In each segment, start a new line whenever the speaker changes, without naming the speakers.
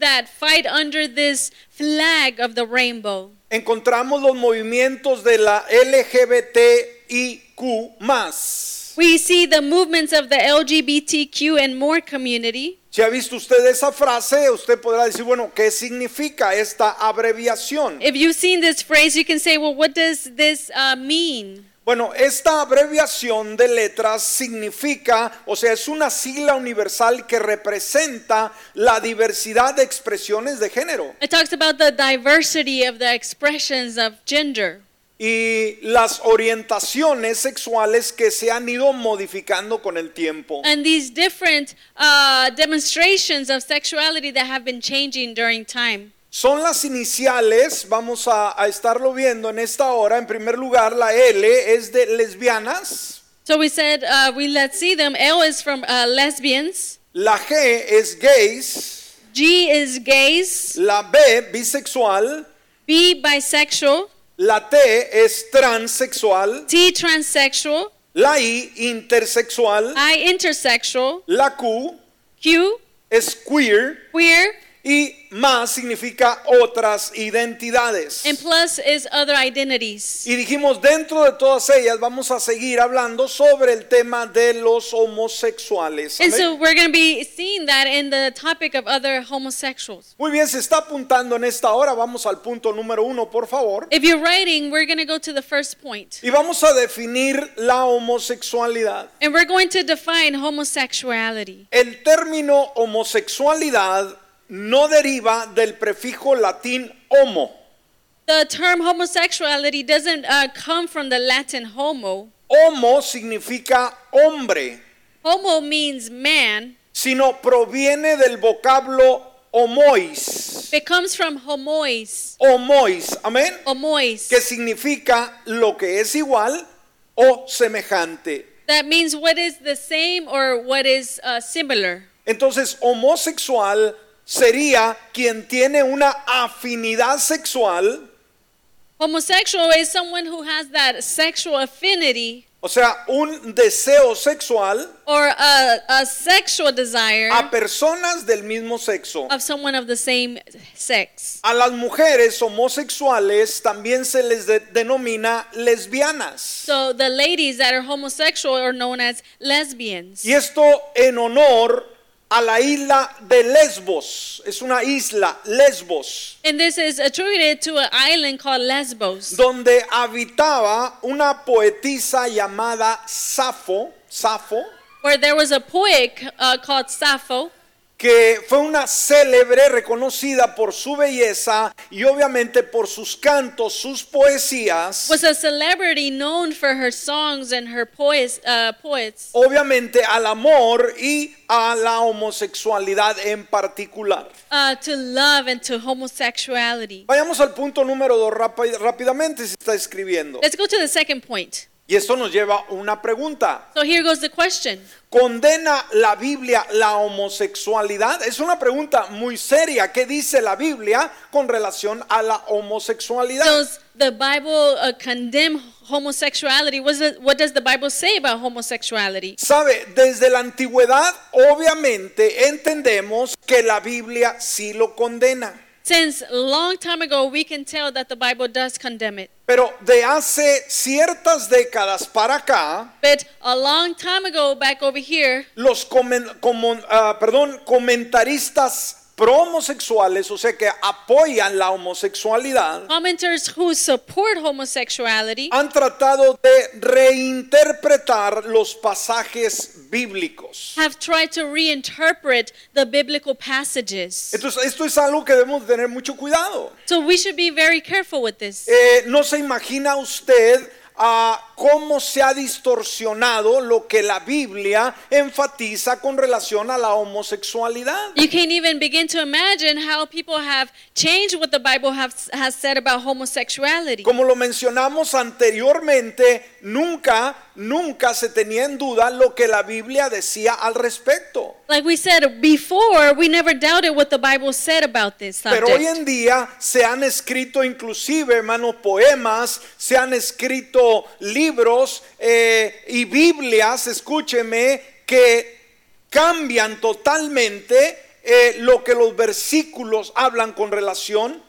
that, fight under this flag of the rainbow.
Encontramos los movimientos de la LGBTIQ
We see the movements of the LGBTQ and more community.
Si ha visto usted esa frase, usted podrá decir, bueno, ¿qué significa esta abreviación?
If you've seen this phrase, you can say, well, what does this uh, mean?
Bueno, esta abreviación de letras significa, o sea, es una sigla universal que representa la diversidad de expresiones de género.
It talks about the diversity of the expressions of gender
y las orientaciones sexuales que se han ido modificando con el tiempo.
and these different uh, demonstrations of sexuality that have been changing during time.
Son las iniciales, vamos a, a estarlo viendo en esta hora. En primer lugar, la L es de lesbianas,
So we said, uh, we let's see them. L is from uh, lesbians,
la G es gays,
G is gays,
la B bisexual,
B bisexual,
la T es transexual,
T transsexual,
la I intersexual,
I intersexual,
la Q
Q
es queer
queer,
y más significa otras identidades.
and plus is other identities.
Y dijimos, dentro de todas ellas vamos a seguir hablando sobre el tema de los homosexuales.
And
Amén.
so we're going to be seeing that in the topic of other homosexuals.
Muy bien, se está apuntando en esta hora, vamos al punto número uno, por favor.
If you're writing, we're going to go to the first point.
Y vamos a definir la homosexualidad.
And we're going to define homosexuality.
El término homosexualidad no deriva del prefijo latín homo.
The term homosexuality doesn't uh, come from the Latin homo.
Homo significa hombre,
Homo means man.
sino proviene del vocablo homois.
It comes from homois.
Homois, amén.
Homois.
que significa lo que es igual o semejante.
That means what is the same or what is uh, similar.
Entonces, homosexual sería quien tiene una afinidad sexual,
Homosexual is someone who has that sexual affinity
o sea, un deseo sexual
or a, a sexual desire
a personas del mismo sexo.
of someone of the same sex.
A las mujeres homosexuales también se les de- denomina lesbianas.
So the ladies that are homosexual are known as lesbians.
Y esto en honor a la isla de Lesbos. Es una isla, Lesbos.
And this is attributed to an island called Lesbos,
donde habitaba una poetisa llamada Safo, Safo,
where there was a poet uh, called Sappho,
que fue una célebre reconocida por su belleza y obviamente por sus cantos, sus poesías.
was a celebrity known for her songs and her poes, uh, poets,
obviamente al amor y a la homosexualidad en particular.
uh, to love and to homosexuality.
Vayamos al punto número dos rapa- rápidamente, se está escribiendo.
Let's go to the second point.
Y esto nos lleva a una pregunta.
So here goes the question.
¿Condena la Biblia la homosexualidad? Es una pregunta muy seria. ¿Qué dice la Biblia con relación a la homosexualidad?
Does the Bible uh, condemn homosexuality? What does, what does the Bible say about homosexuality?
Sabe, desde la antigüedad obviamente entendemos que la Biblia sí lo condena.
Since long time ago, we can tell that the Bible does condemn it.
Pero de hace ciertas décadas para acá,
But a long time ago, back over here,
los comen- comon- ah, perdón, comentaristas prohomosexuales, o sea que apoyan la homosexualidad,
commenters who support homosexuality
han tratado de reinterpretar los pasajes bíblicos.
have tried to reinterpret the biblical passages.
Entonces, esto es algo que debemos tener mucho cuidado.
So we should be very careful with this.
Eh, no se imagina usted ah, cómo se ha distorsionado lo que la Biblia enfatiza con relación a la homosexualidad.
You can't even begin to imagine how people have changed what the Bible have, has said about homosexuality.
Como lo mencionamos anteriormente, nunca, nunca se tenía en duda lo que la Biblia decía al respecto.
Like we said before, we never doubted what the Bible said about this
Pero hoy en
subject.
día se han escrito inclusive, hermanos, poemas, se han escrito libros eh, y Biblias, escúcheme, que cambian totalmente eh, lo que los versículos hablan con relación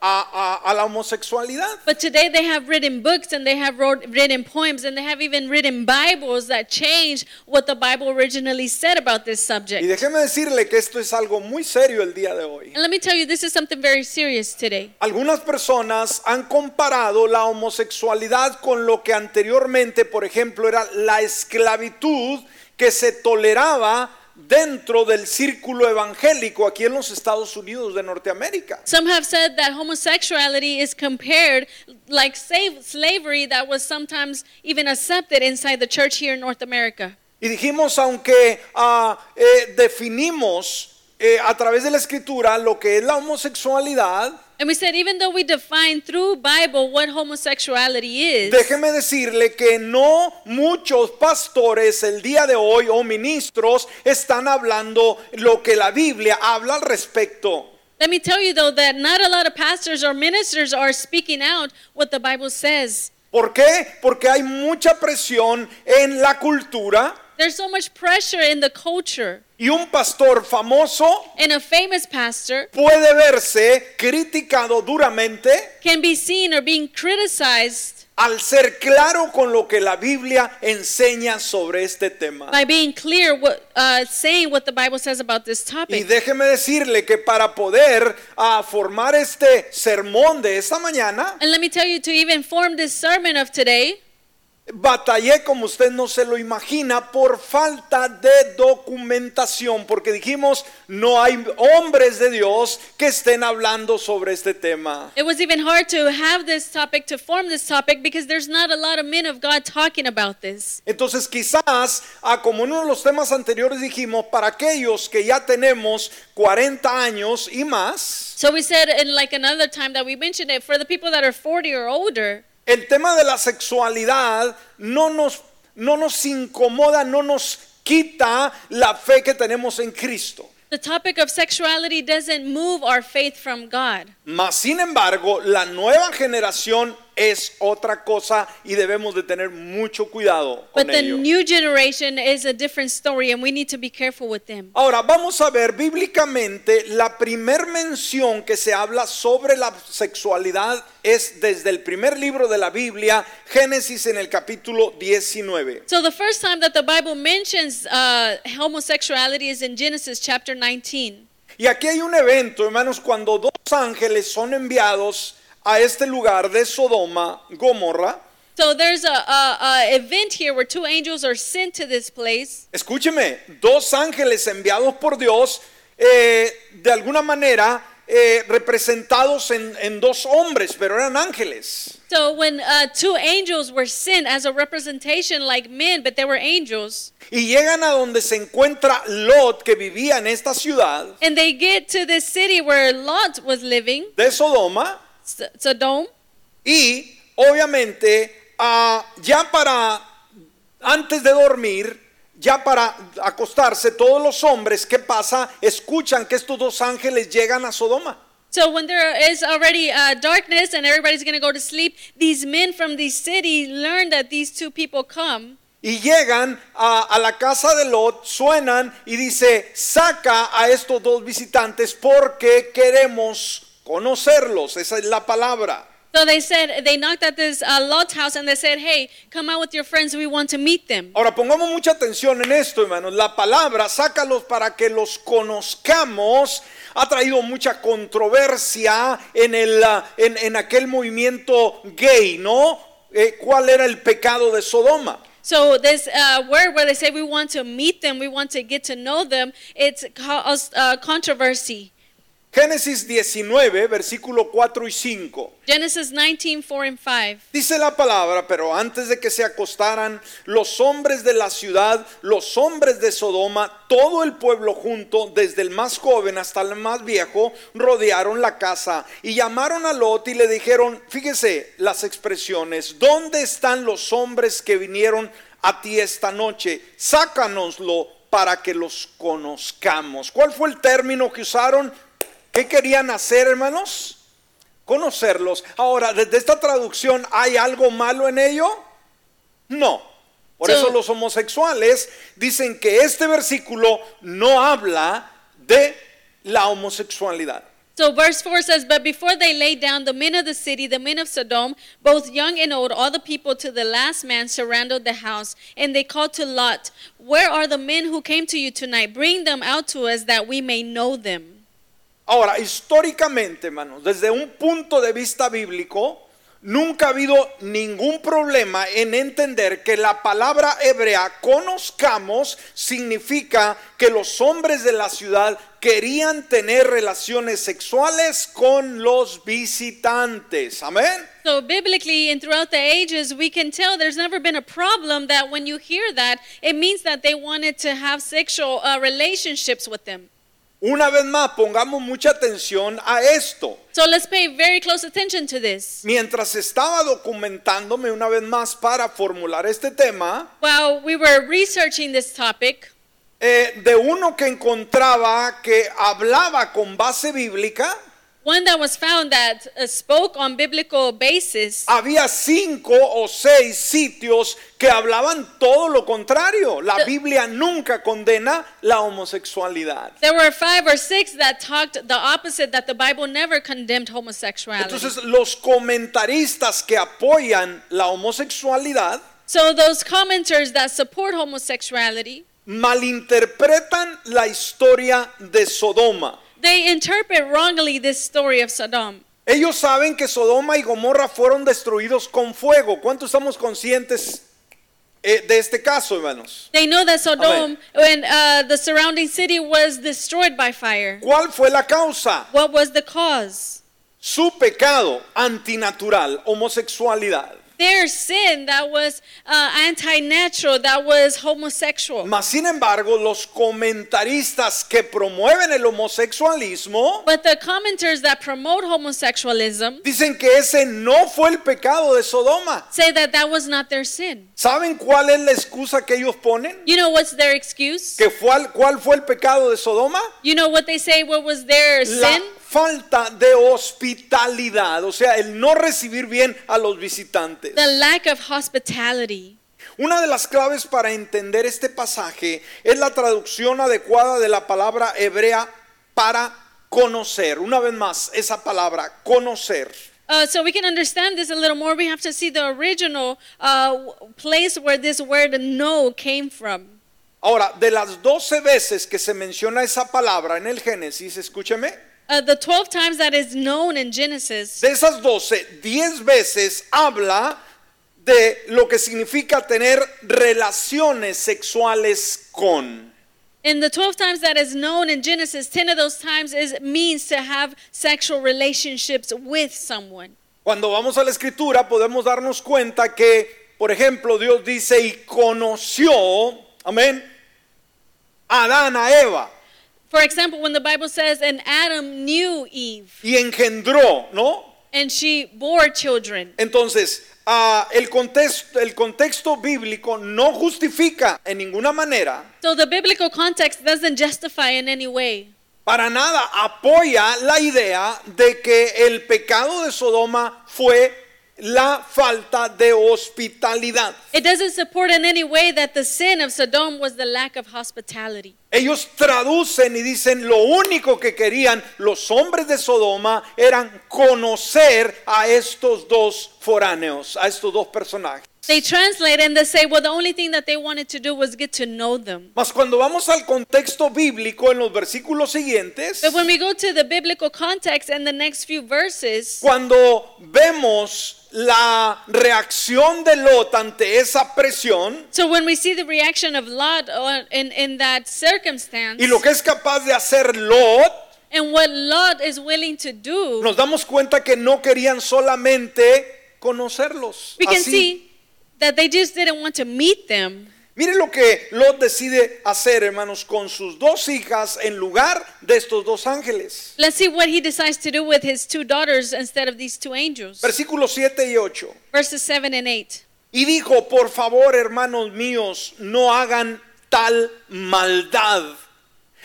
a, a- a la homosexualidad.
But today they have written books and they have wrote, written poems and they have even written Bibles that change what the Bible originally said about this
Y
subject.
déjeme decirle que esto es algo muy serio el día de hoy.
And let me tell you, this is something very serious today.
Algunas personas han comparado la homosexualidad con lo que anteriormente, por ejemplo, era la esclavitud que se toleraba dentro del círculo evangélico aquí en los Estados Unidos de Norteamérica.
Some have said that homosexuality is compared like slave, slavery that was sometimes even accepted inside the church here in North America.
Y dijimos, aunque ah, eh, definimos eh, a través de la escritura lo que es la homosexualidad,
And we said even though we define through Bible what homosexuality is,
Déjeme decirle que no muchos pastores el día de hoy o ministros están hablando lo que la Biblia habla al respecto.
let me tell you though that not a lot of pastors or ministers are speaking out what the Bible says.
¿Por qué? Porque hay mucha presión en la cultura
There's so much pressure in the culture.
y un pastor famoso
And a famous pastor
puede verse criticado duramente
can be seen or being criticized
al ser claro con lo que la Biblia enseña sobre este tema.
by being clear, what, uh, saying what the Bible says about this
Y
topic.
déjeme decirle que para poder ah, formar este sermón de esta mañana,
And let me tell you, to even form this sermon of today,
Batallé como usted no se lo imagina por falta de documentación, porque dijimos no hay hombres de Dios que estén hablando sobre este tema.
it was even hard to have this topic, to form this topic, because there's not a lot of men of God talking about this.
Entonces quizás, ah, como en uno de los temas anteriores dijimos, para aquellos que ya tenemos 40 años y más,
So we said, in like another time that we mentioned it, for the people that are 40 or older,
el tema de la sexualidad no nos, no nos incomoda, no nos quita la fe que tenemos en Cristo.
the topic of sexuality doesn't move our faith from God.
Mas sin embargo, la nueva generación es otra cosa y debemos de tener mucho cuidado
But
con
the
ello.
new generation is a different story, and we need to be careful with them.
Ahora vamos a ver bíblicamente la primer mención que se habla sobre la sexualidad es desde el primer libro de la Biblia, Génesis en el capítulo 19.
So the first time that the Bible mentions uh, homosexuality is in Genesis chapter 19.
Y aquí hay un evento, hermanos, cuando dos ángeles son enviados a este lugar de Sodoma, Gomorra.
So there's a, a, a event here where two angels are sent to this place.
Escúcheme, dos ángeles enviados por Dios, eh, de alguna manera eh, representados en, en dos hombres, pero eran ángeles.
So when uh, two angels were sent as a representation, like men, but they were angels,
Y llegan a donde se encuentra Lot, que vivía en esta ciudad
and they get to this city where Lot was living,
de Sodoma,
S- Sodom.
y obviamente ah, ya para, antes de dormir, ya para acostarse, todos los hombres, ¿qué pasa? Escuchan que estos dos ángeles llegan a Sodoma.
So when there is already uh, darkness and everybody's going to go to sleep, these men from the city learn that these two people come.
Y llegan a, a la casa de Lot, suenan y dice, saca a estos dos visitantes porque queremos conocerlos. Esa es la palabra.
So they said they knocked at this uh, Lot's house and they said, "Hey, come out with your friends. We want to meet them."
Ahora pongamos mucha atención en esto, hermanos. La palabra, sácalos para que los conozcamos, ha traído mucha controversia en, el, ah, en, en aquel movimiento gay, ¿no? Eh, ¿Cuál era el pecado de Sodoma?
So this uh, word where they say we want to meet them, we want to get to know them, it's caused uh, controversy.
Génesis 19, versículo 4 y 5.
Genesis 19, 4 and 5.
Dice la palabra, pero antes de que se acostaran los hombres de la ciudad, los hombres de Sodoma, todo el pueblo junto, desde el más joven hasta el más viejo, rodearon la casa y llamaron a Lot y le dijeron, fíjese las expresiones, ¿dónde están los hombres que vinieron a ti esta noche? Sácanoslo para que los conozcamos. ¿Cuál fue el término que usaron? ¿Qué querían hacer, hermanos? conocerlos. Ahora, desde esta traducción, ¿hay algo malo en ello? No. Por
Sí.
eso los homosexuales dicen que este versículo no habla de la homosexualidad.
So verse 4 says, But before they laid down the men of the city, the men of Sodom, both young and old, all the people to the last man surrounded the house, and they called to Lot, Where are the men who came to you tonight? Bring them out to us that we may know them.
Ahora, históricamente, hermanos, desde un punto de vista bíblico, nunca ha habido ningún problema en entender que la palabra hebrea conozcamos significa que los hombres de la ciudad querían tener relaciones sexuales con los visitantes. Amén.
So biblically and throughout the ages, we can tell there's never been a problem that when you hear that, it means that they wanted to have sexual uh, relationships with them.
Una vez más, pongamos mucha atención a esto.
So let's pay very close attention to this.
Mientras estaba documentándome una vez más para formular este tema,
While we were researching this topic,
eh, de uno que encontraba que hablaba con base bíblica,
one that was found that uh, spoke on biblical basis,
había cinco o seis sitios que hablaban todo lo contrario. La Biblia nunca condena la homosexualidad.
there were five or six that talked the opposite that the Bible never condemned homosexuality.
Entonces, los comentaristas que apoyan la homosexualidad
so those commenters that support homosexuality,
malinterpretan la historia de Sodoma.
they interpret wrongly this story of Sodom.
Ellos saben que Sodoma y Gomorra fueron destruidos con fuego. ¿Cuánto estamos conscientes eh, de este caso, hermanos?
They know that Sodom and uh, the surrounding city was destroyed by fire.
¿Cuál fue la causa?
What was the cause?
Su pecado antinatural, homosexualidad.
Their sin that was uh, anti-natural, that was homosexual.
Mas sin embargo, los comentaristas que promueven el homosexualismo
But the commenters that promote homosexualism
dicen que ese no fue el pecado de Sodoma.
say that that was not their sin.
¿Saben cuál es la excusa que ellos ponen?
You know what's their excuse?
¿Que fue al- ¿Cuál fue el pecado de Sodoma?
You know what they say? What was their
La
sin?
falta de hospitalidad, o sea, el no recibir bien a los visitantes.
The lack of hospitality.
Una de las claves para entender este pasaje es la traducción adecuada de la palabra hebrea para conocer. Una vez más, esa palabra, conocer.
Uh, so we can understand this a little more. We have to see the original uh, w- place where this word "know" came from.
Ahora, de las 12 veces que se menciona esa palabra en el Génesis, escúcheme,
Uh, the 12 times that is known in Genesis,
de esas 12, 10 veces habla de lo que significa tener relaciones sexuales con.
in the 12 times that is known in Genesis, 10 of those times is means to have sexual relationships with someone.
Cuando vamos a la escritura podemos darnos cuenta que, por ejemplo, Dios dice y conoció, amén, a Adán a Eva
For example, when the Bible says, "And Adam knew Eve,
y engendró, ¿no?
and she bore children."
Entonces, ah, el, contexto, el contexto bíblico no justifica en ninguna manera,
So the biblical context doesn't justify in any way.
para nada apoya la idea de que el pecado de Sodoma fue la falta de hospitalidad.
It doesn't support in any way that the sin of Sodom was the lack of hospitality.
Ellos traducen y dicen lo único que querían los hombres de Sodoma eran conocer a estos dos foráneos, a estos dos personajes.
They translate and they say, well, the only thing that they wanted to do was get to know them.
Mas cuando vamos al contexto bíblico en los versículos siguientes,
But when we go to the biblical context and the next few verses,
cuando vemos la reacción de Lot ante esa presión
so when we see the reaction of Lot on- in, in that circumstance
y lo que es capaz de hacer Lot,
and what Lot is willing to do,
nos damos cuenta que no querían solamente conocerlos.
we can
así.
see that they just didn't want to meet them.
Mire lo que Lot decide hacer, hermanos, con sus dos hijas en lugar de estos dos ángeles.
Let's see what he decides to do with his two daughters instead of these two angels.
Versículos 7 y 8.
Verses 7 and 8.
Y dijo, por favor, hermanos míos, no hagan tal maldad.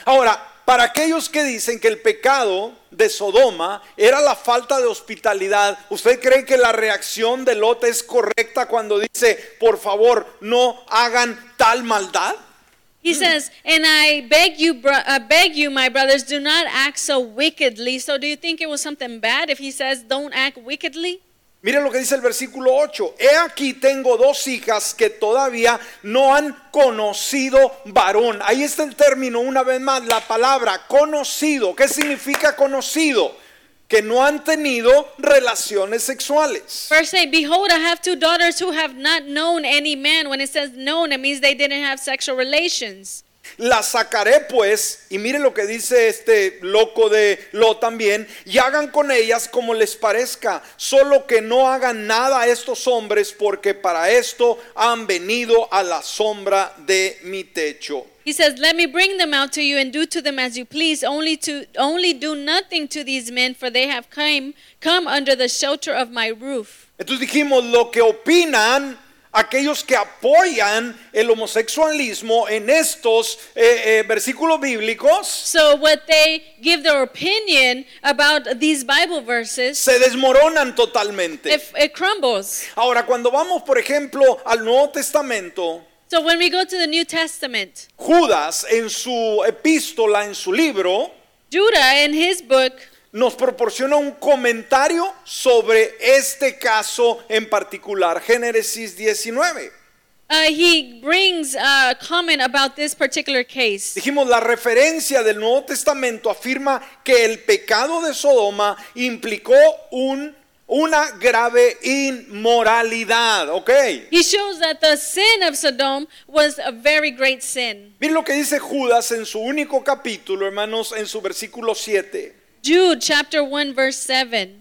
Ahora, para aquellos que dicen que el pecado de Sodoma era la falta de hospitalidad, ¿usted cree que la reacción de Lot es correcta cuando dice, por favor, no hagan tal maldad?
He says, "And I beg you, bro- I beg you, my brothers, do not act so wickedly." So, do you think it was something bad if he says, "Don't act wickedly"?
Mire lo que dice el versículo 8. He aquí tengo dos hijas que todavía no han conocido varón. Ahí está el término, una vez más, la palabra conocido. ¿Qué significa conocido? Que no han tenido relaciones sexuales.
Verse 8 Behold, I have two daughters who have not known any man. When it says known, it means they didn't have sexual relations.
La sacaré pues, y mire lo que dice este loco de Lo también, y hagan con ellas como les parezca, solo que no hagan nada a estos hombres, porque para esto han venido a la sombra de mi techo.
He says, Let me bring them out to you and do to them as you please, only to only do nothing to these men, for they have come come under the shelter of my roof.
Entonces dijimos lo que opinan aquellos que apoyan el homosexualismo en estos eh, eh, versículos bíblicos,
So what they give their opinion about these Bible verses,
se desmoronan totalmente.
if it crumbles.
Ahora, cuando vamos, por ejemplo, al Nuevo Testamento,
So when we go to the New Testament,
Judas en su epístola, en su libro,
Judah in his book
nos proporciona un comentario sobre este caso en particular, Génesis 19.
Uh, he brings a comment about this particular case.
Dijimos, la referencia del Nuevo Testamento afirma que el pecado de Sodoma implicó un, una grave inmoralidad, ¿ok?
He shows that the sin of Sodom was a very great sin.
Miren lo que dice Judas en su único capítulo, hermanos, en su versículo 7.
Jude chapter 1 verse 7.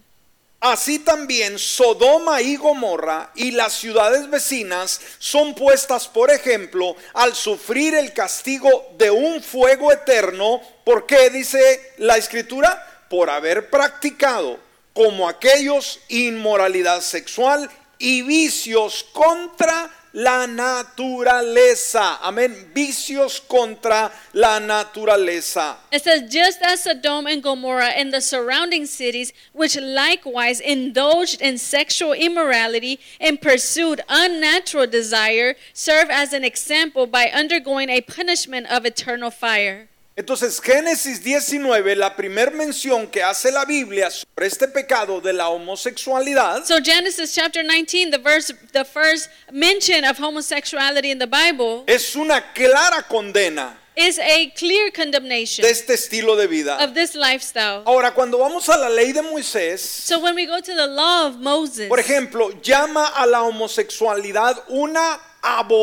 Así también Sodoma y Gomorra y las ciudades vecinas son puestas por ejemplo al sufrir el castigo de un fuego eterno. ¿Por qué dice la escritura? Por haber practicado como aquellos inmoralidad sexual y vicios contra la naturaleza. Amén, vicios contra la naturaleza.
It says, just as Sodom and Gomorrah and the surrounding cities, which likewise indulged in sexual immorality and pursued unnatural desire, serve as an example by undergoing a punishment of eternal fire.
Entonces Génesis 19, la primera mención que hace la Biblia sobre este pecado de la homosexualidad,
So Genesis chapter 19, the verse the first mention of homosexuality in the Bible
es una clara condena
is a clear condemnation
de este estilo de vida.
of this lifestyle.
Ahora, cuando vamos a la ley de Moisés,
So when we go to the law of Moses,
por ejemplo, llama a la homosexualidad una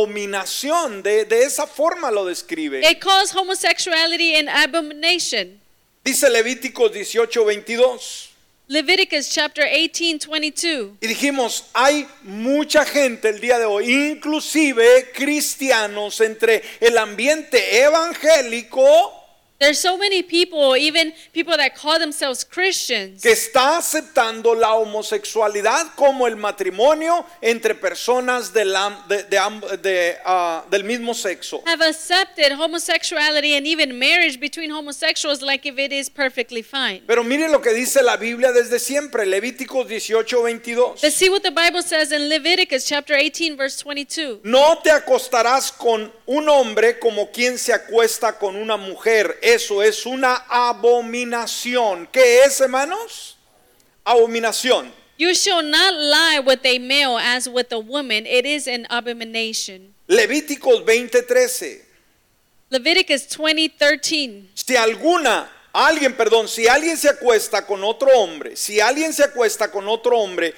abominación, de, de esa forma lo describe.
it calls homosexuality an abomination.
Dice Levíticos 18, 22.
Leviticus chapter 18, 22.
Y dijimos, hay mucha gente el día de hoy, inclusive cristianos entre el ambiente evangélico
There's so many people, even people that call themselves Christians,
que está aceptando la homosexualidad como el matrimonio entre personas del, am- de- de amb- de, ah, del mismo sexo.
have accepted homosexuality and even marriage between homosexuals like if it is perfectly fine.
Pero miren lo que dice la Biblia desde siempre, Levíticos 18, 22.
Let's see what the Bible says in Leviticus chapter 18, verse 22.
No te acostarás con un hombre como quien se acuesta con una mujer. Eso es una abominación. ¿Qué es, hermanos? Abominación.
You shall not lie with a male as with a woman, it is an abomination.
Levíticos 20:13.
Leviticus 20, 13.
Si alguna, alguien, perdón, si alguien se acuesta con otro hombre, si alguien se acuesta con otro hombre,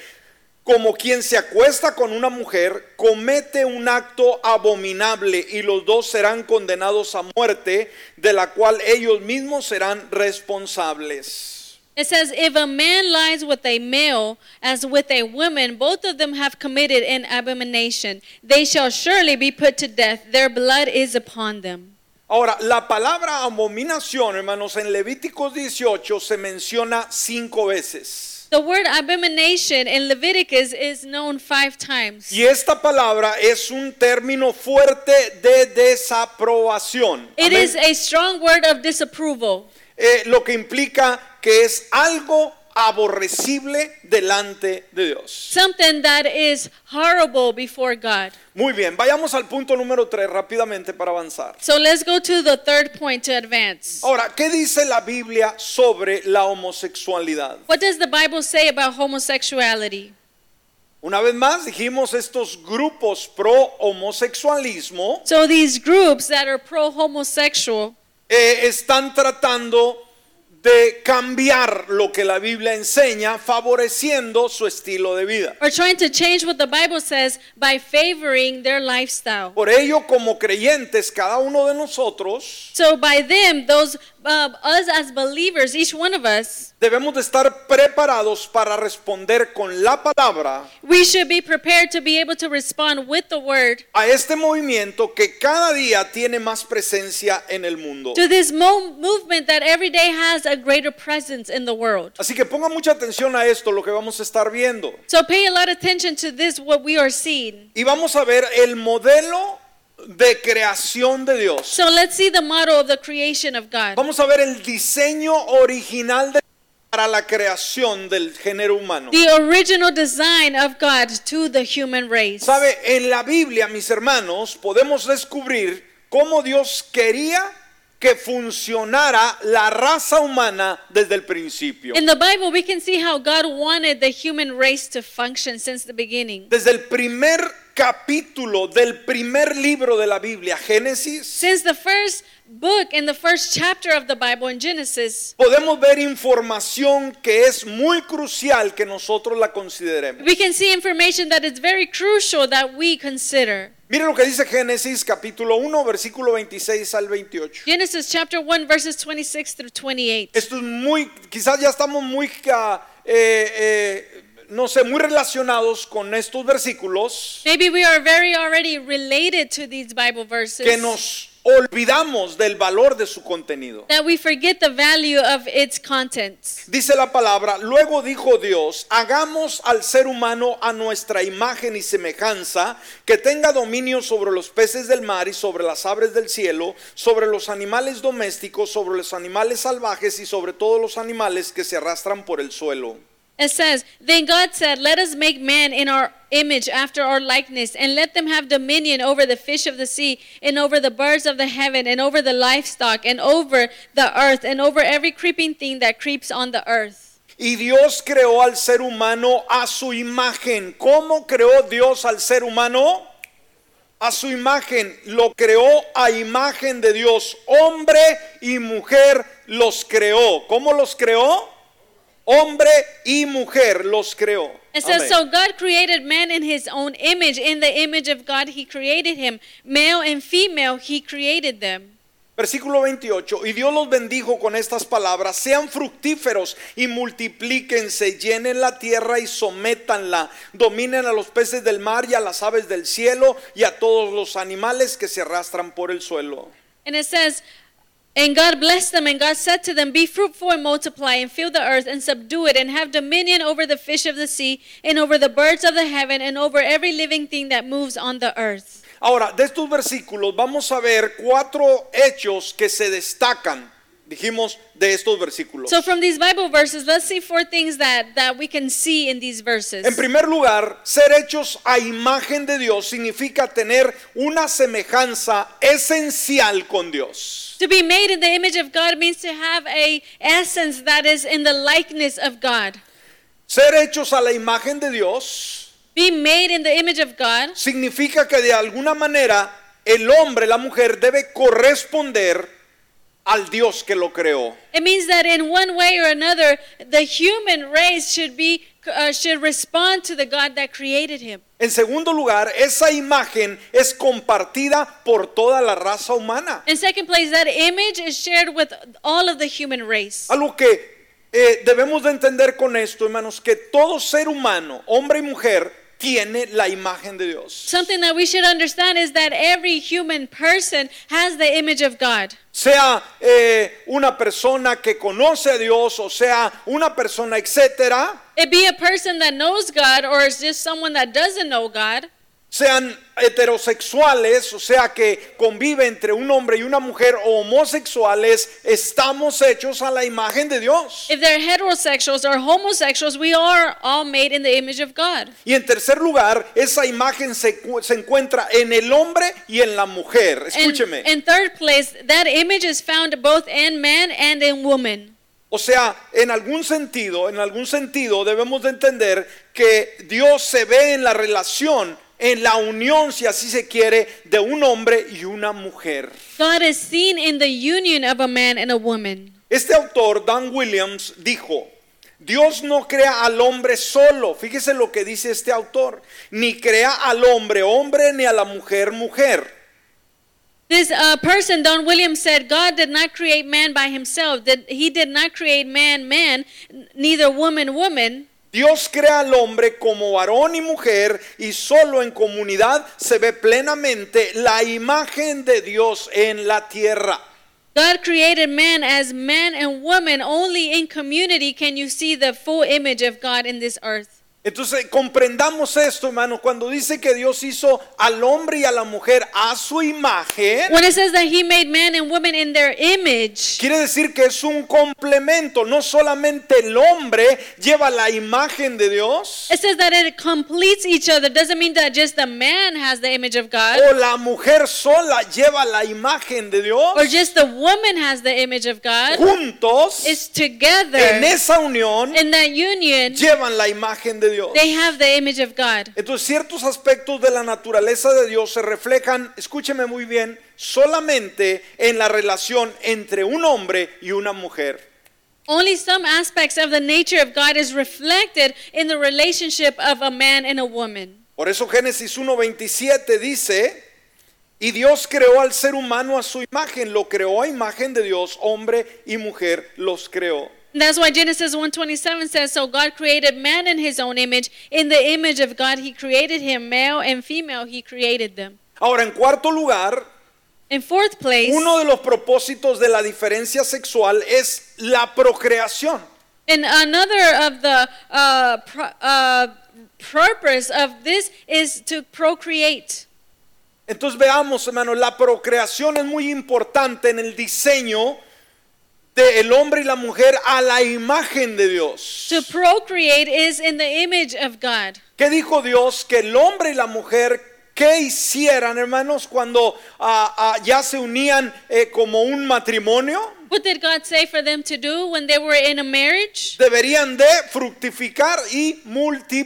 como quien se acuesta con una mujer, comete un acto abominable y los dos serán condenados a muerte, de la cual ellos mismos serán responsables.
It says, If a man lies with a male as with a woman, both of them have committed an abomination. They shall surely be put to death, their blood is upon them.
Ahora, la palabra abominación, hermanos, en Levíticos 18 se menciona cinco veces.
The word abomination in Leviticus is known five times.
Y esta palabra es un término fuerte de desaprobación.
It
Amén.
is a strong word of disapproval.
Eh, lo que implica que es algo aborrecible delante de Dios.
something that is horrible before God.
Muy bien, vayamos al punto número 3 rápidamente para avanzar.
So let's go to the third point to advance.
Ahora, ¿qué dice la Biblia sobre la homosexualidad?
What does the Bible say about homosexuality?
Una vez más, dijimos estos grupos pro homosexualismo
So these groups that are pro homosexual,
eh, están tratando de cambiar lo que la Biblia enseña, favoreciendo su estilo de vida.
are trying to change what the Bible says by favoring their lifestyle.
Por ello, como creyentes, cada uno de nosotros
So by them, those uh, us as believers, each one of us,
debemos de estar preparados para responder con la palabra
we should be prepared to be able to respond with the word
a este movimiento que cada día tiene más presencia en el mundo.
to this mo- movement that every day has a greater presence in the world.
Así que ponga mucha atención a esto, lo que vamos a estar viendo.
So pay a lot of attention to this what we are seeing.
Y vamos a ver el modelo de creación de Dios.
So let's see the model of the creation of God.
Vamos a ver el diseño original de para la creación del género humano.
The original design of God to the human race.
Sabe, en la Biblia, mis hermanos, podemos descubrir cómo Dios quería que funcionara la raza humana desde el principio.
In the Bible, we can see how God wanted the human race to function since the beginning.
Desde el primer capítulo del primer libro de la Biblia, Génesis,
Since the first book and the first chapter of the Bible in Genesis,
podemos ver información que es muy crucial que nosotros la consideremos.
we can see information that is very crucial that we consider.
Mire lo que dice Génesis capítulo 1, versículo 26 al 28.
Genesis chapter 1, verses 26 through 28.
Esto es muy, quizás ya estamos muy, ah, eh, eh, no sé, muy relacionados con estos versículos
Maybe we are very already related to these Bible verses
que nos olvidamos del valor de su contenido.
that we forget the value of its contents.
Dice la palabra, luego dijo Dios, hagamos al ser humano a nuestra imagen y semejanza, que tenga dominio sobre los peces del mar y sobre las aves del cielo, sobre los animales domésticos, sobre los animales salvajes y sobre todos los animales que se arrastran por el suelo.
It says, Then God said, Let us make man in our image after our likeness, and let them have dominion over the fish of the sea, and over the birds of the heaven, and over the livestock, and over the earth, and over every creeping thing that creeps on the earth.
Y Dios creó al ser humano a su imagen. ¿Cómo creó Dios al ser humano? A su imagen. Lo creó a imagen de Dios. Hombre y mujer los creó. ¿Cómo los creó? Hombre y mujer los creó.
It says,
Amén.
So God created man in his own image. In the image of God, he created him. Male and female, he created them.
Versículo 28. Y Dios los bendijo con estas palabras. Sean fructíferos y multiplíquense, llenen la tierra y sométanla. Dominen a los peces del mar y a las aves del cielo y a todos los animales que se arrastran por el suelo.
And it says, And God blessed them, and God said to them, Be fruitful and multiply, and fill the earth, and subdue it, and have dominion over the fish of the sea, and over the birds of the heaven, and over every living thing that moves on the earth.
Ahora, de estos versículos vamos a ver cuatro hechos que se destacan, dijimos, de estos versículos.
So, from these Bible verses, let's see four things that, that we can see in these verses.
En primer lugar, ser hechos a imagen de Dios significa tener una semejanza esencial con Dios.
to be made in the image of God means to have a essence that is in the likeness of God.
Ser hechos a la imagen de Dios
Be made in the image of God
significa que de alguna manera el hombre, la mujer debe corresponder al Dios que lo creó.
It means that in one way or another, the human race should be uh, should respond to the God that created him.
En segundo lugar, esa imagen es compartida por toda la raza humana.
In second place, that image is shared with all of the human race.
Algo que eh, debemos de entender con esto, hermanos, que todo ser humano, hombre y mujer, tiene la imagen de Dios.
Something that we should understand is that every human person has the image of God.
Sea eh, una persona que conoce a Dios o sea una persona, etcétera,
It be a person that knows God or is just someone that doesn't know God.
sean heterosexuales, o sea que convive entre un hombre y una mujer o homosexuales, estamos hechos a la imagen de Dios.
If they're heterosexuals or homosexuals, we are all made in the image of God.
Y en tercer lugar, esa imagen se, cu- se encuentra en el hombre y en la mujer.
And
Escúcheme.
in third place, that image is found both in man and in woman.
O sea, en algún sentido, en algún sentido debemos de entender que Dios se ve en la relación, en la unión, si así se quiere, de un hombre y una mujer.
God is seen in the union of a man and a woman.
Este autor, Dan Williams, dijo, Dios no crea al hombre solo, fíjese lo que dice este autor, ni crea al hombre hombre ni a la mujer mujer.
This uh, person, Don Williams, said, God did not create man by himself. Did, he did not create man, man, n- neither woman, woman.
Dios crea al hombre como varón y mujer y solo en comunidad se ve plenamente la imagen de Dios en la tierra.
God created man as man and woman. Only in community can you see the full image of God in this earth.
Entonces comprendamos esto, hermano, cuando dice que Dios hizo al hombre y a la mujer a su imagen,
When it says that he made man and woman in their image,
quiere decir que es un complemento, no solamente el hombre lleva la imagen de Dios
it says that it completes each other. Doesn't mean that just the man has the image of God
o la mujer sola lleva la imagen de Dios.
or just the woman has the image of God.
Juntos,
It's together
en esa unión,
in that union,
llevan la imagen de Dios.
they have the image of God.
Entonces ciertos aspectos de la naturaleza de Dios se reflejan, escúcheme muy bien, solamente en la relación entre un hombre y una mujer.
Only some aspects of the nature of God is reflected in the relationship of a man and a woman.
Por eso Génesis 1.27 dice, y Dios creó al ser humano a su imagen, lo creó a imagen de Dios, hombre y mujer los creó.
That's why Genesis 1:27 says, "So God created man in his own image, in the image of God he created him, male and female he created them."
Ahora, en cuarto lugar,
In fourth place,
uno de los propósitos de la diferencia sexual es la procreación.
and another of the uh, pro- uh, purpose of this is to procreate.
Entonces veamos, hermano, la procreación es muy importante en el diseño del hombre y la mujer a la imagen de Dios.
To procreate is in the image of God.
¿Qué dijo Dios? Que el hombre y la mujer, ¿qué hicieran, hermanos, cuando ah, ah, ya se unían eh, como un matrimonio?
What did God say for them to do when they were in a marriage?
Deberían de fructificar y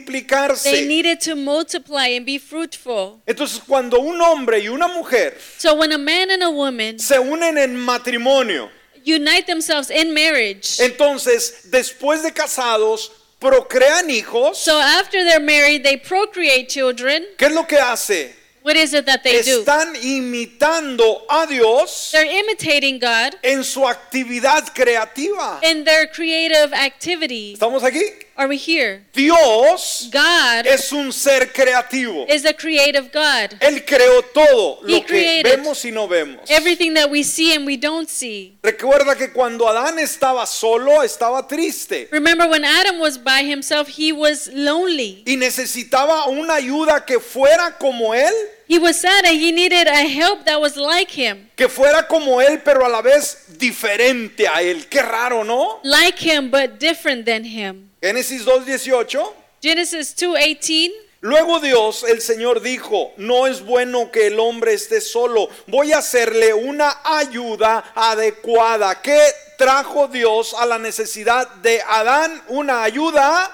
They
multiplicarse.
needed to multiply and be fruitful.
Entonces, cuando un hombre y una mujer
So when a man and a woman
se unen en matrimonio,
unite themselves in marriage,
entonces, después de casados, procrean hijos.
so after they're married, they procreate children.
¿Qué es lo que hace?
What is it that they do?
Están imitando a Dios
They're imitating God
en su actividad creativa.
in their creative activity.
¿Estamos aquí?
Are we here?
Dios
God
es un ser creativo.
is a creative God.
Él creó todo
He
lo que
created
vemos y no vemos.
Everything that we see and we don't see.
Recuerda que cuando Adán estaba solo, estaba triste
Remember when Adam was by himself, he was lonely.
y necesitaba una ayuda que fuera como él,
He was sad and he needed a help that was like him.
que fuera como él, pero a la vez diferente a él. Qué raro, ¿no?
Like him but different than him.
Génesis 2:18.
Genesis 2:18
Luego Dios, el Señor, dijo, no es bueno que el hombre esté solo, voy a hacerle una ayuda adecuada. ¿Qué trajo Dios a la necesidad de Adán? Una ayuda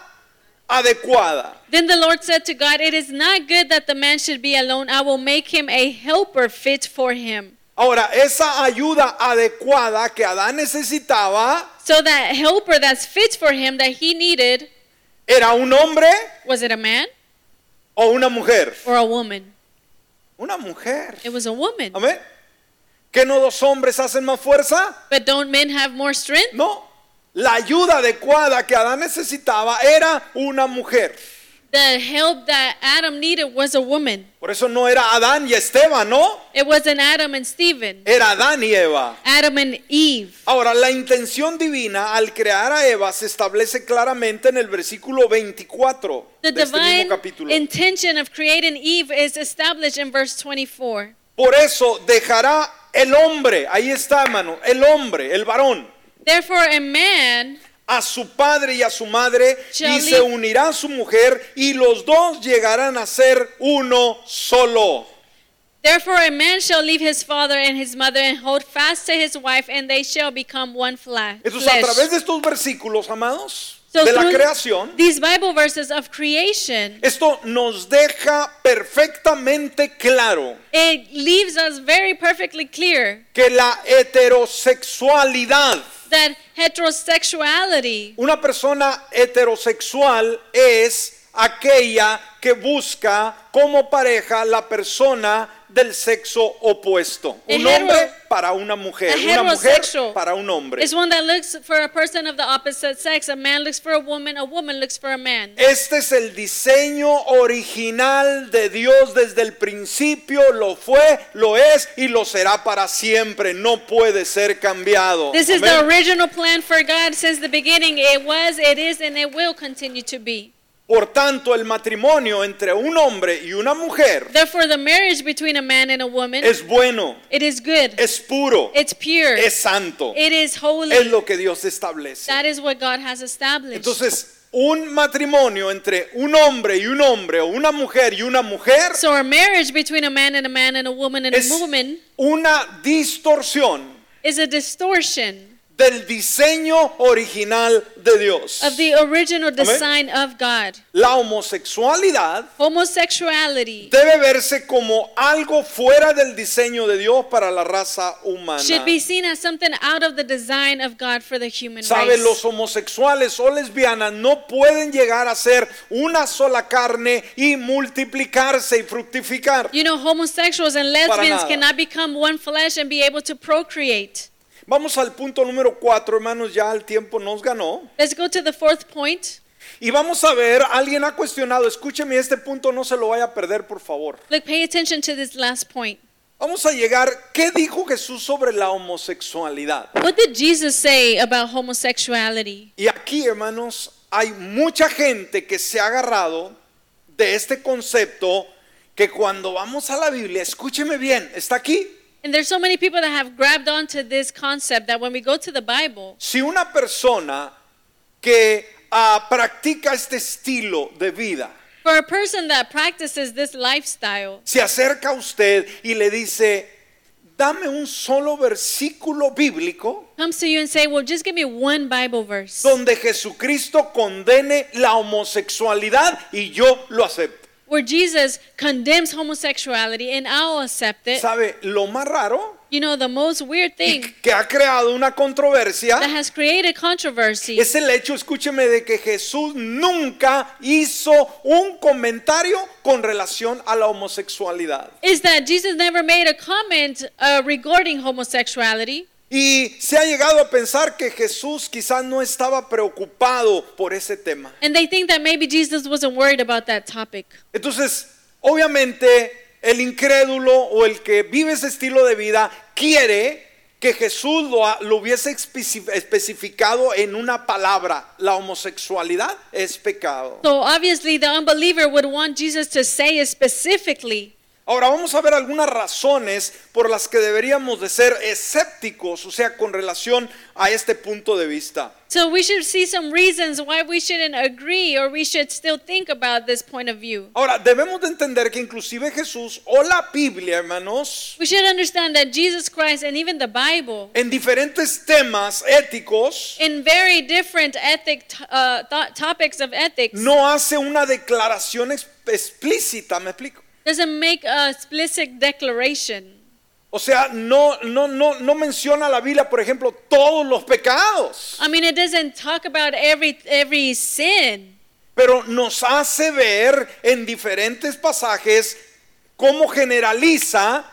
adecuada.
Then the Lord said to God, It is not good that the man should be alone. I will make him a helper fit for him.
Ahora, esa ayuda adecuada que Adán necesitaba
So that helper that's fit for him that he needed,
era un hombre
was it a man
o una mujer.
or a woman?
Una mujer.
It was a woman.
Amén. ¿Que no dos hombres hacen más fuerza?
But don't men have more strength?
No, la ayuda adecuada que Adán necesitaba era una mujer.
The help that Adam needed was a woman.
Por eso no era Adán y Esteban, ¿no?
It wasn't Adam and Stephen,
Era Adán y Eva.
Adam and Eve.
Ahora, la intención divina al crear a Eva se establece claramente en el versículo 24
The
de este mismo
divine
capítulo.
intention of creating Eve is established in verse 24.
Por eso dejará el hombre, ahí está, hermano, el hombre, el varón,
Therefore, a man
a su padre y a su madre, y
Shall
se
leave-
unirá a su mujer, y los dos llegarán a ser uno solo.
Therefore, a man shall leave his father and his mother and hold fast to his wife, and they shall become one fla-
Entonces, a través
flesh.
de estos versículos, amados,
So
de la
through
creación,
These Bible verses of creation,
esto nos deja perfectamente claro
it leaves us very perfectly clear
que la heterosexualidad
that heterosexuality,
Una persona heterosexual es aquella que busca como pareja la persona del sexo opuesto.
A
Un
hetero-
hombre para una mujer,
a
una mujer
heterosexual
para un hombre.
is one that looks for a person of the opposite sex. A man looks for a woman, a woman looks for a man.
Este es el diseño original de Dios desde el principio, lo fue, lo es y lo será para siempre, no puede ser cambiado.
This is
Amén.
the original plan for God since the beginning. It was, it is, and it will continue to be.
Por tanto, el matrimonio entre un hombre y una mujer
Therefore, the marriage between a man and a woman,
es bueno,
it is good.
es puro,
It's pure.
es santo.
it is holy.
Es lo que Dios establece.
that is what God has established.
Entonces, un matrimonio entre un hombre y un hombre o una mujer y una mujer
so a marriage between a man and a man and a woman and
es
a woman
una distorsión
is a distortion
del diseño original de Dios.
of the original design of God.
La homosexualidad
Homosexuality
debe verse como algo fuera del diseño de Dios para la raza humana.
should be seen as something out of the design of God for the human
Sabe,
race.
los homosexuales o lesbianas no pueden llegar a ser una sola carne y multiplicarse y fructificar.
you know, homosexuals and lesbians
nada.
cannot become one flesh and be able to procreate.
Vamos al punto número 4, hermanos, ya el tiempo nos ganó.
Let's go to the fourth point.
Y vamos a ver, alguien ha cuestionado, escúcheme, este punto no se lo vaya a perder, por favor.
Look, pay attention to this last point.
Vamos a llegar, ¿qué dijo Jesús sobre la homosexualidad?
What did Jesus say about homosexuality?
Y aquí, hermanos, hay mucha gente que se ha agarrado de este concepto que cuando vamos a la Biblia, escúcheme bien, está aquí.
And there's so many people that have grabbed onto this concept that when we go to the Bible,
Si una persona que ah, practica este estilo de vida,
for a person that practices this lifestyle,
se acerca a usted y le dice, dame un solo versículo bíblico
comes to you and say, "Well, just give me one Bible verse
donde Jesucristo condene la homosexualidad y yo lo acepto.
where Jesus condemns homosexuality and I'll accept it."
¿Sabe? Lo más raro
You know, the most weird thing
que ha creado una controversia
that has created controversy
es el hecho, escúcheme, de que Jesús nunca hizo un comentario con relación a la homosexualidad.
is that Jesus never made a comment uh, regarding homosexuality.
Y se ha llegado a pensar que Jesús quizás no estaba preocupado por ese tema.
And they think that maybe Jesus wasn't worried about that topic.
Entonces, obviamente, el incrédulo o el que vive ese estilo de vida quiere que Jesús lo, ha- lo hubiese especi- especificado en una palabra. La homosexualidad es pecado.
So obviously, the unbeliever would want Jesus to say it specifically.
Ahora vamos a ver algunas razones por las que deberíamos de ser escépticos, o sea, con relación a este punto de vista.
So we should see some reasons why we shouldn't agree or we should still think about this point of view.
Ahora, debemos de entender que inclusive Jesús o la Biblia, hermanos,
We should understand that Jesus Christ and even the Bible,
en diferentes temas éticos,
in very different ethic t- uh, thought topics of ethics,
no hace una declaración ex- explícita, me explico.
doesn't make a explicit declaration.
O sea, no, no, no, no menciona la Biblia, por ejemplo, todos los pecados,
I mean, it doesn't talk about every every sin,
pero nos hace ver en diferentes pasajes cómo generaliza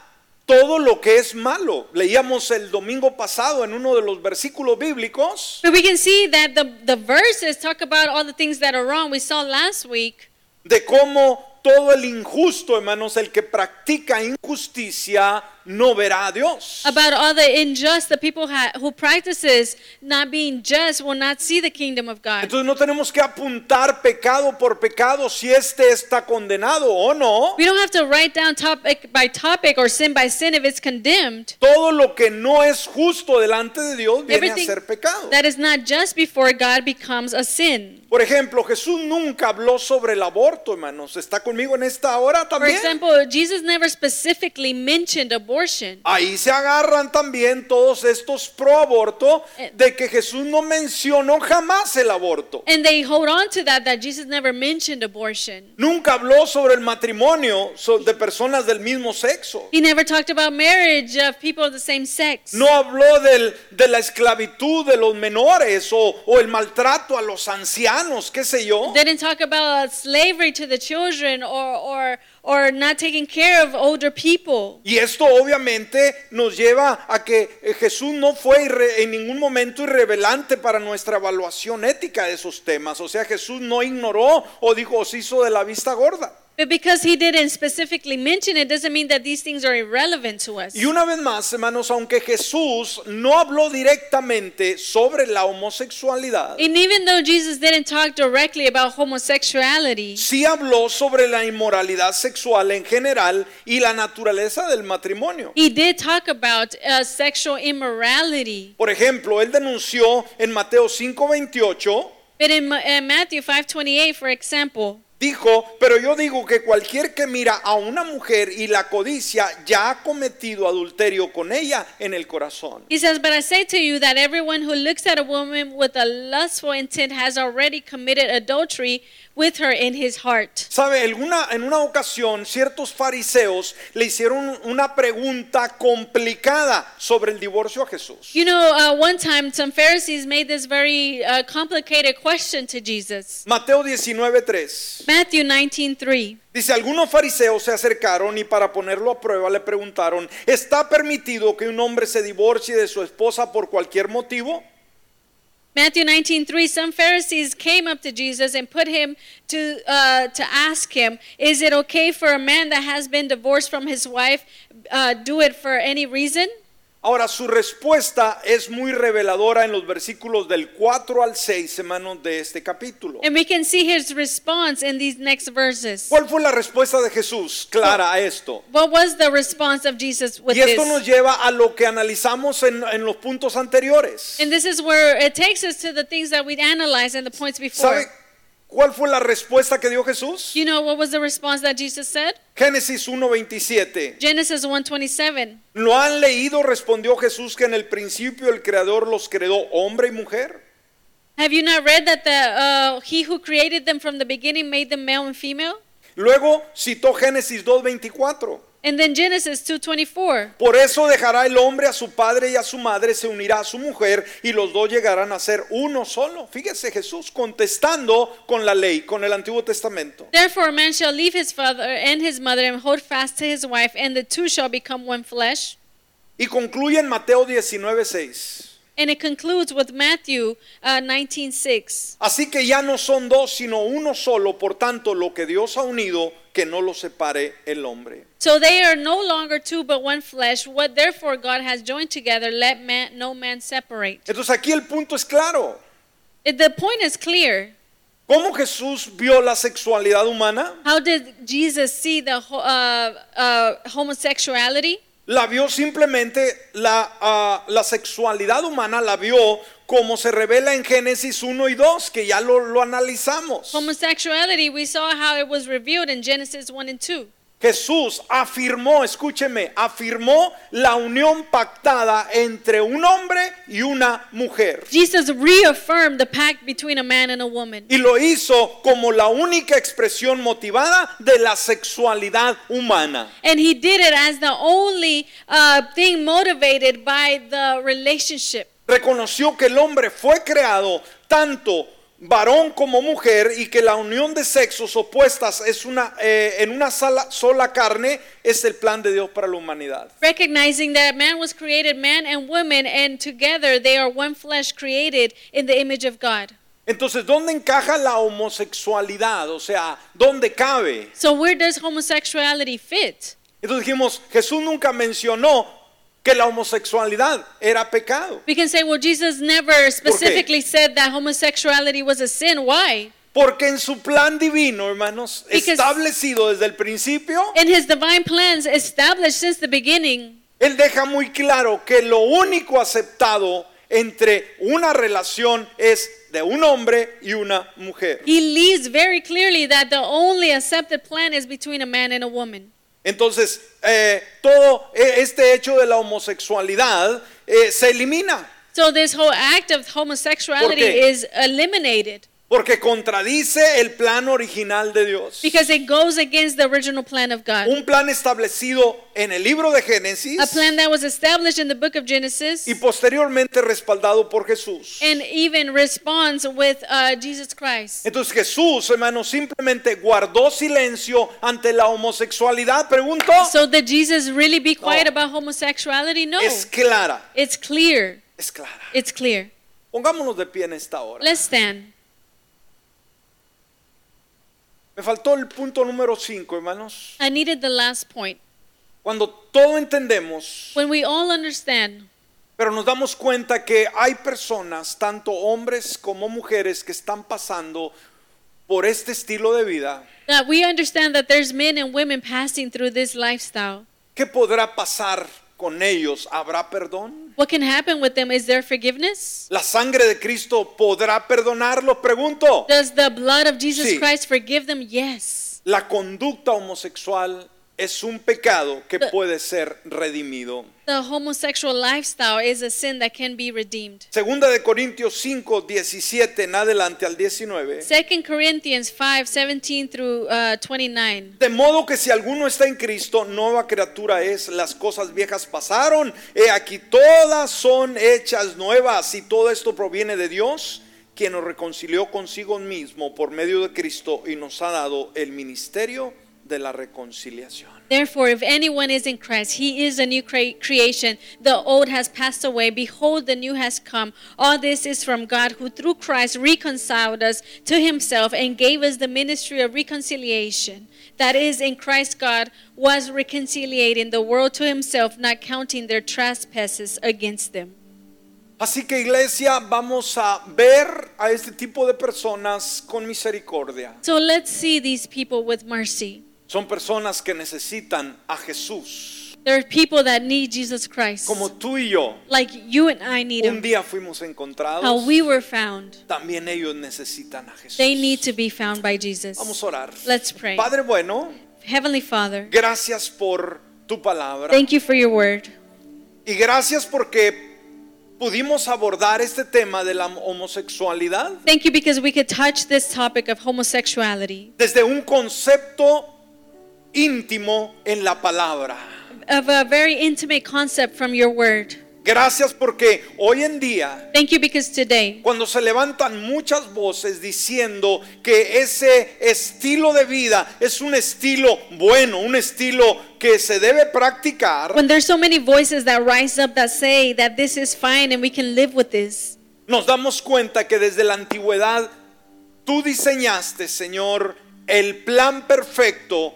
todo lo que es malo. Leíamos el domingo pasado en uno de los versículos bíblicos
but we can see that the the verses talk about all the things that are wrong. We saw last week
de cómo todo el injusto, hermanos, el que practica injusticia, no verá a Dios.
about all the unjust, the people ha- who practices not being just will not see the kingdom of God.
Entonces no tenemos que apuntar pecado por pecado si este está condenado o no.
We don't have to write down topic by topic or sin by sin if it's condemned.
Todo lo que no es justo delante de Dios viene a
Everything
ser pecado.
that is not just before God becomes a sin.
Por ejemplo, Jesús nunca habló sobre el aborto, hermanos. ¿Está conmigo en esta hora
For
también?
example, Jesus never specifically mentioned abortion.
Ahí se agarran también todos estos pro aborto
Eh.
de que Jesús no mencionó jamás el aborto.
And they hold on to that, that Jesus never mentioned abortion.
Nunca habló sobre el matrimonio so- de personas del mismo sexo.
He never talked about marriage of people of the same sex.
No habló del- de la esclavitud de los menores o, o el maltrato a los ancianos, qué sé yo.
Didn't talk about slavery to the children or, or, or not taking care of older people.
Y esto obviamente nos lleva a que eh, Jesús no fue irre- en ningún momento irrevelante para nuestra evaluación ética de esos temas. O sea, Jesús no ignoró o dijo, os hizo de la vista gorda.
But because he didn't specifically mention it, doesn't mean that these things are irrelevant to us.
Y una vez más, hermanos, aunque Jesús no habló directamente sobre la homosexualidad,
And even though Jesus didn't talk directly about homosexuality,
sí habló sobre la inmoralidad sexual en general y la naturaleza del matrimonio.
he did talk about uh, sexual immorality.
Por ejemplo, él denunció en Mateo 5:28
But in, Ma- in Matthew 5:28, for example,
Dijo, pero yo digo que cualquier que mira a una mujer y la codicia ya ha cometido adulterio con ella en el corazón.
he says, "But I say to you that everyone who looks at a woman with a lustful intent has already committed adultery with her in his heart."
Sabe, alguna, en una ocasión ciertos fariseos le hicieron una pregunta complicada sobre el divorcio a Jesús.
You know, uh, one time some Pharisees made this very uh, complicated question to Jesus.
Mateo 19:3
Matthew 19:3.
dice, algunos fariseos se acercaron y para ponerlo a prueba le preguntaron, ¿está permitido que un hombre se divorcie de su esposa por cualquier motivo?
Matthew 19:3 Some Pharisees came up to Jesus and put him to uh, to ask him, "Is it okay for a man that has been divorced from his wife uh, do it for any reason?"
Ahora, su respuesta es muy reveladora en los versículos del 4 al 6, hermanos, de este capítulo.
And we can see his response in these next verses.
¿Cuál fue la respuesta de Jesús clara a esto?
What was the response of Jesus with
Y esto nos
this?
lleva a lo que analizamos en, en los puntos anteriores.
And this is where it takes us to the things that we analyzed in the points
¿Sabe
before.
cuál fue la respuesta que dio Jesús?
You know what was the response that Jesus said?
Génesis 1.27.
Genesis 1:27.
¿No han leído, respondió Jesús, que en el principio el Creador los creó hombre y mujer?
Have you not read that the uh, he who created them from the beginning made them male and female?
Luego citó Génesis 2.24.
And then Genesis 2:24.
Por eso dejará el hombre a su padre y a su madre, se unirá a su mujer y los dos llegarán a ser uno solo. Fíjese Jesús contestando con la ley, con el Antiguo Testamento.
Therefore a man shall leave his father and his mother and hold fast to his wife and the two shall become one flesh.
Y concluye en Mateo 19:6.
And it concludes with Matthew uh, 19:6.
Así que ya no son dos, sino uno solo. Por tanto, lo que Dios ha unido, que no lo separe el hombre.
So they are no longer two but one flesh. What therefore God has joined together let man, no man separate.
Entonces aquí el punto es claro.
It- The point is clear.
¿Cómo Jesús vio la sexualidad humana?
How did Jesus see the ho- uh, uh, homosexuality?
La vio simplemente la, ah, la sexualidad humana, la vio como se revela en Génesis 1 y 2, que ya lo, lo analizamos.
Homosexuality, we saw how it was revealed in Genesis 1 and 2.
Jesús afirmó, escúcheme, afirmó la unión pactada entre un hombre y una mujer.
Jesus reaffirmed the pact between a man and a woman.
Y lo hizo como la única expresión motivada de la sexualidad humana.
And he did it as the only uh, thing motivated by the relationship.
Reconoció que el hombre fue creado tanto varón como mujer y que la unión de sexos opuestas es una, eh, en una sala- sola carne es el plan de Dios para la humanidad.
Recognizing that man was created man and woman, and together they are one flesh created in the image of God.
Entonces, ¿dónde encaja la homosexualidad? O sea, ¿dónde cabe?
So where does homosexuality fit?
Entonces dijimos, Jesús nunca mencionó que la homosexualidad era pecado.
We can say, well, Jesus never specifically said that homosexuality was a sin. Why?
Porque en su plan divino, hermanos,
Because-
establecido desde el principio,
In his divine plans established since the beginning,
Él deja muy claro que lo único aceptado entre una relación es de un hombre y una mujer.
he leaves very clearly that the only accepted plan is between a man and a woman.
Entonces, eh, todo eh, este hecho de la homosexualidad eh, se elimina
So this whole act of homosexuality
¿Por qué?
is eliminated
porque contradice el plan original de Dios.
because it goes against the original plan of God.
Un plan establecido en el libro de
A
Génesis
plan that was established in the book of Genesis
y posteriormente respaldado por Jesús.
and even responds with uh, Jesus Christ.
Entonces Jesús, hermano, simplemente guardó silencio ante la homosexualidad. Pregunto,
So did Jesus really be quiet
No.
about homosexuality? No.
es clara.
It's clear.
Es clara.
It's clear.
Pongámonos de pie en esta hora.
Let's stand.
Me faltó el punto número 5, hermanos.
I needed the last point.
Cuando todo entendemos,
When we all understand,
pero nos damos cuenta que hay personas, tanto hombres como mujeres, que están pasando por este estilo de vida,
that we understand that there's men and women passing through this lifestyle.
¿qué podrá pasar con ellos? ¿Habrá perdón?
What can happen with them? Is there forgiveness?
¿La sangre de Cristo podrá perdonarlo? Pregunto.
Does the blood of Jesus
Sí.
Christ forgive them? Yes.
La conducta homosexual es un pecado que puede ser redimido.
The homosexual lifestyle is a sin that can be redeemed.
Segunda de Corintios 5, 17 en adelante al 19.
2 Corinthians 5 17 through uh, 29.
De modo que si alguno está en Cristo, nueva criatura es, las cosas viejas pasaron, he aquí todas son hechas nuevas y todo esto proviene de Dios, quien nos reconcilió consigo mismo por medio de Cristo y nos ha dado el ministerio de la reconciliación.
Therefore, if anyone is in Christ, he is a new crea- creation. The old has passed away. Behold, the new has come. All this is from God, who through Christ reconciled us to himself and gave us the ministry of reconciliation. That is, in Christ, God was reconciliating the world to himself, not counting their trespasses against them.
Así que iglesia, vamos a ver a este tipo de personas con misericordia.
So let's see these people with mercy.
Son personas que necesitan a Jesús,
There are people that need Jesus Christ,
como tú y yo.
like you and I need
Un
him.
día fuimos encontrados.
How Ah, we were found.
También ellos necesitan a Jesús.
They need to be found by Jesus.
Vamos a orar.
Let's pray.
Padre bueno,
Heavenly Father,
gracias por tu palabra
thank you for your word.
y gracias porque pudimos abordar este tema de la homosexualidad
Thank you because we could touch this topic of homosexuality,
desde un concepto íntimo en la palabra.
of a very intimate concept from your word.
Gracias porque hoy en día
Thank you because today,
cuando se levantan muchas voces diciendo que ese estilo de vida es un estilo bueno, un estilo que se debe practicar,
when there's so many voices that rise up that say that this is fine and we can live with this,
Nos damos cuenta que desde la antigüedad tú diseñaste, Señor, el plan perfecto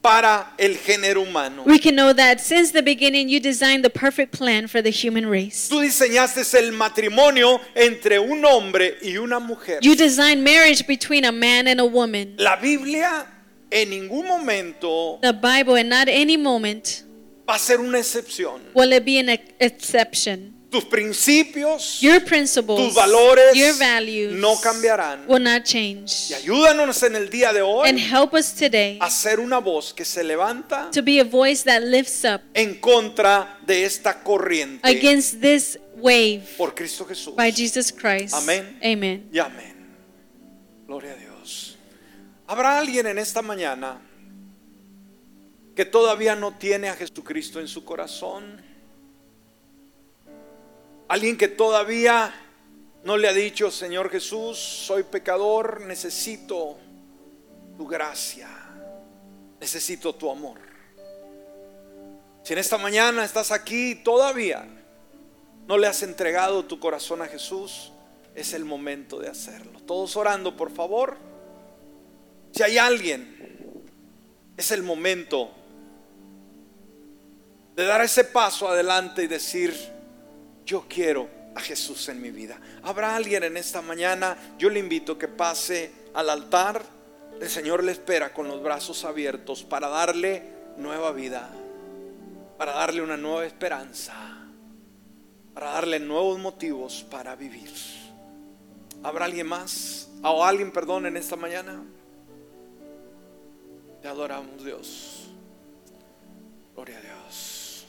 para el género humano.
we can know that since the beginning you designed the perfect plan for the human race.
Tú diseñaste el matrimonio entre un hombre y una mujer.
You designed marriage between a man and a woman.
La Biblia en ningún momento
The Bible, and not any moment
va a ser una excepción.
will it be an ex- exception.
Tus principios
Your principles,
Tus valores
your values
no cambiarán.
will not change.
y ayúdanos en el día de
And
hoy
help us today
a ser una voz que se levanta
to be a voice that lifts up
en contra de esta corriente
against this wave
por Cristo Jesús.
by Jesus Christ.
Amén.
Amen.
y amén. Gloria a Dios. ¿Habrá alguien en esta mañana que todavía no tiene a Jesucristo en su corazón? ¿Alguien que todavía no le ha dicho, Señor Jesús, soy pecador, necesito tu gracia, necesito tu amor? Si en esta mañana estás aquí y todavía no le has entregado tu corazón a Jesús, es el momento de hacerlo. Todos orando, por favor. Si hay alguien, es el momento de dar ese paso adelante y decir, yo quiero a Jesús en mi vida. Habrá alguien en esta mañana, yo le invito que pase al altar. El Señor le espera con los brazos abiertos para darle nueva vida, para darle una nueva esperanza, para darle nuevos motivos para vivir. ¿Habrá alguien más? ¿O alguien, perdón, en esta mañana? Te adoramos, Dios. Gloria a Dios.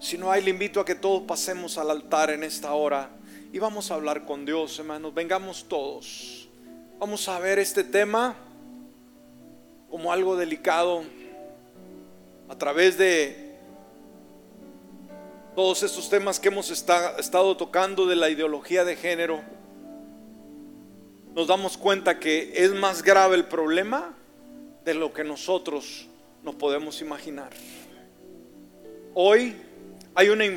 Si no hay, le invito a que todos pasemos al altar en esta hora y vamos a hablar con Dios, hermanos. Vengamos todos. Vamos a ver este tema como algo delicado a través de todos estos temas que hemos esta- estado tocando de la ideología de género. Nos damos cuenta que es más grave el problema de lo que nosotros nos podemos imaginar. Hoy hay una inf-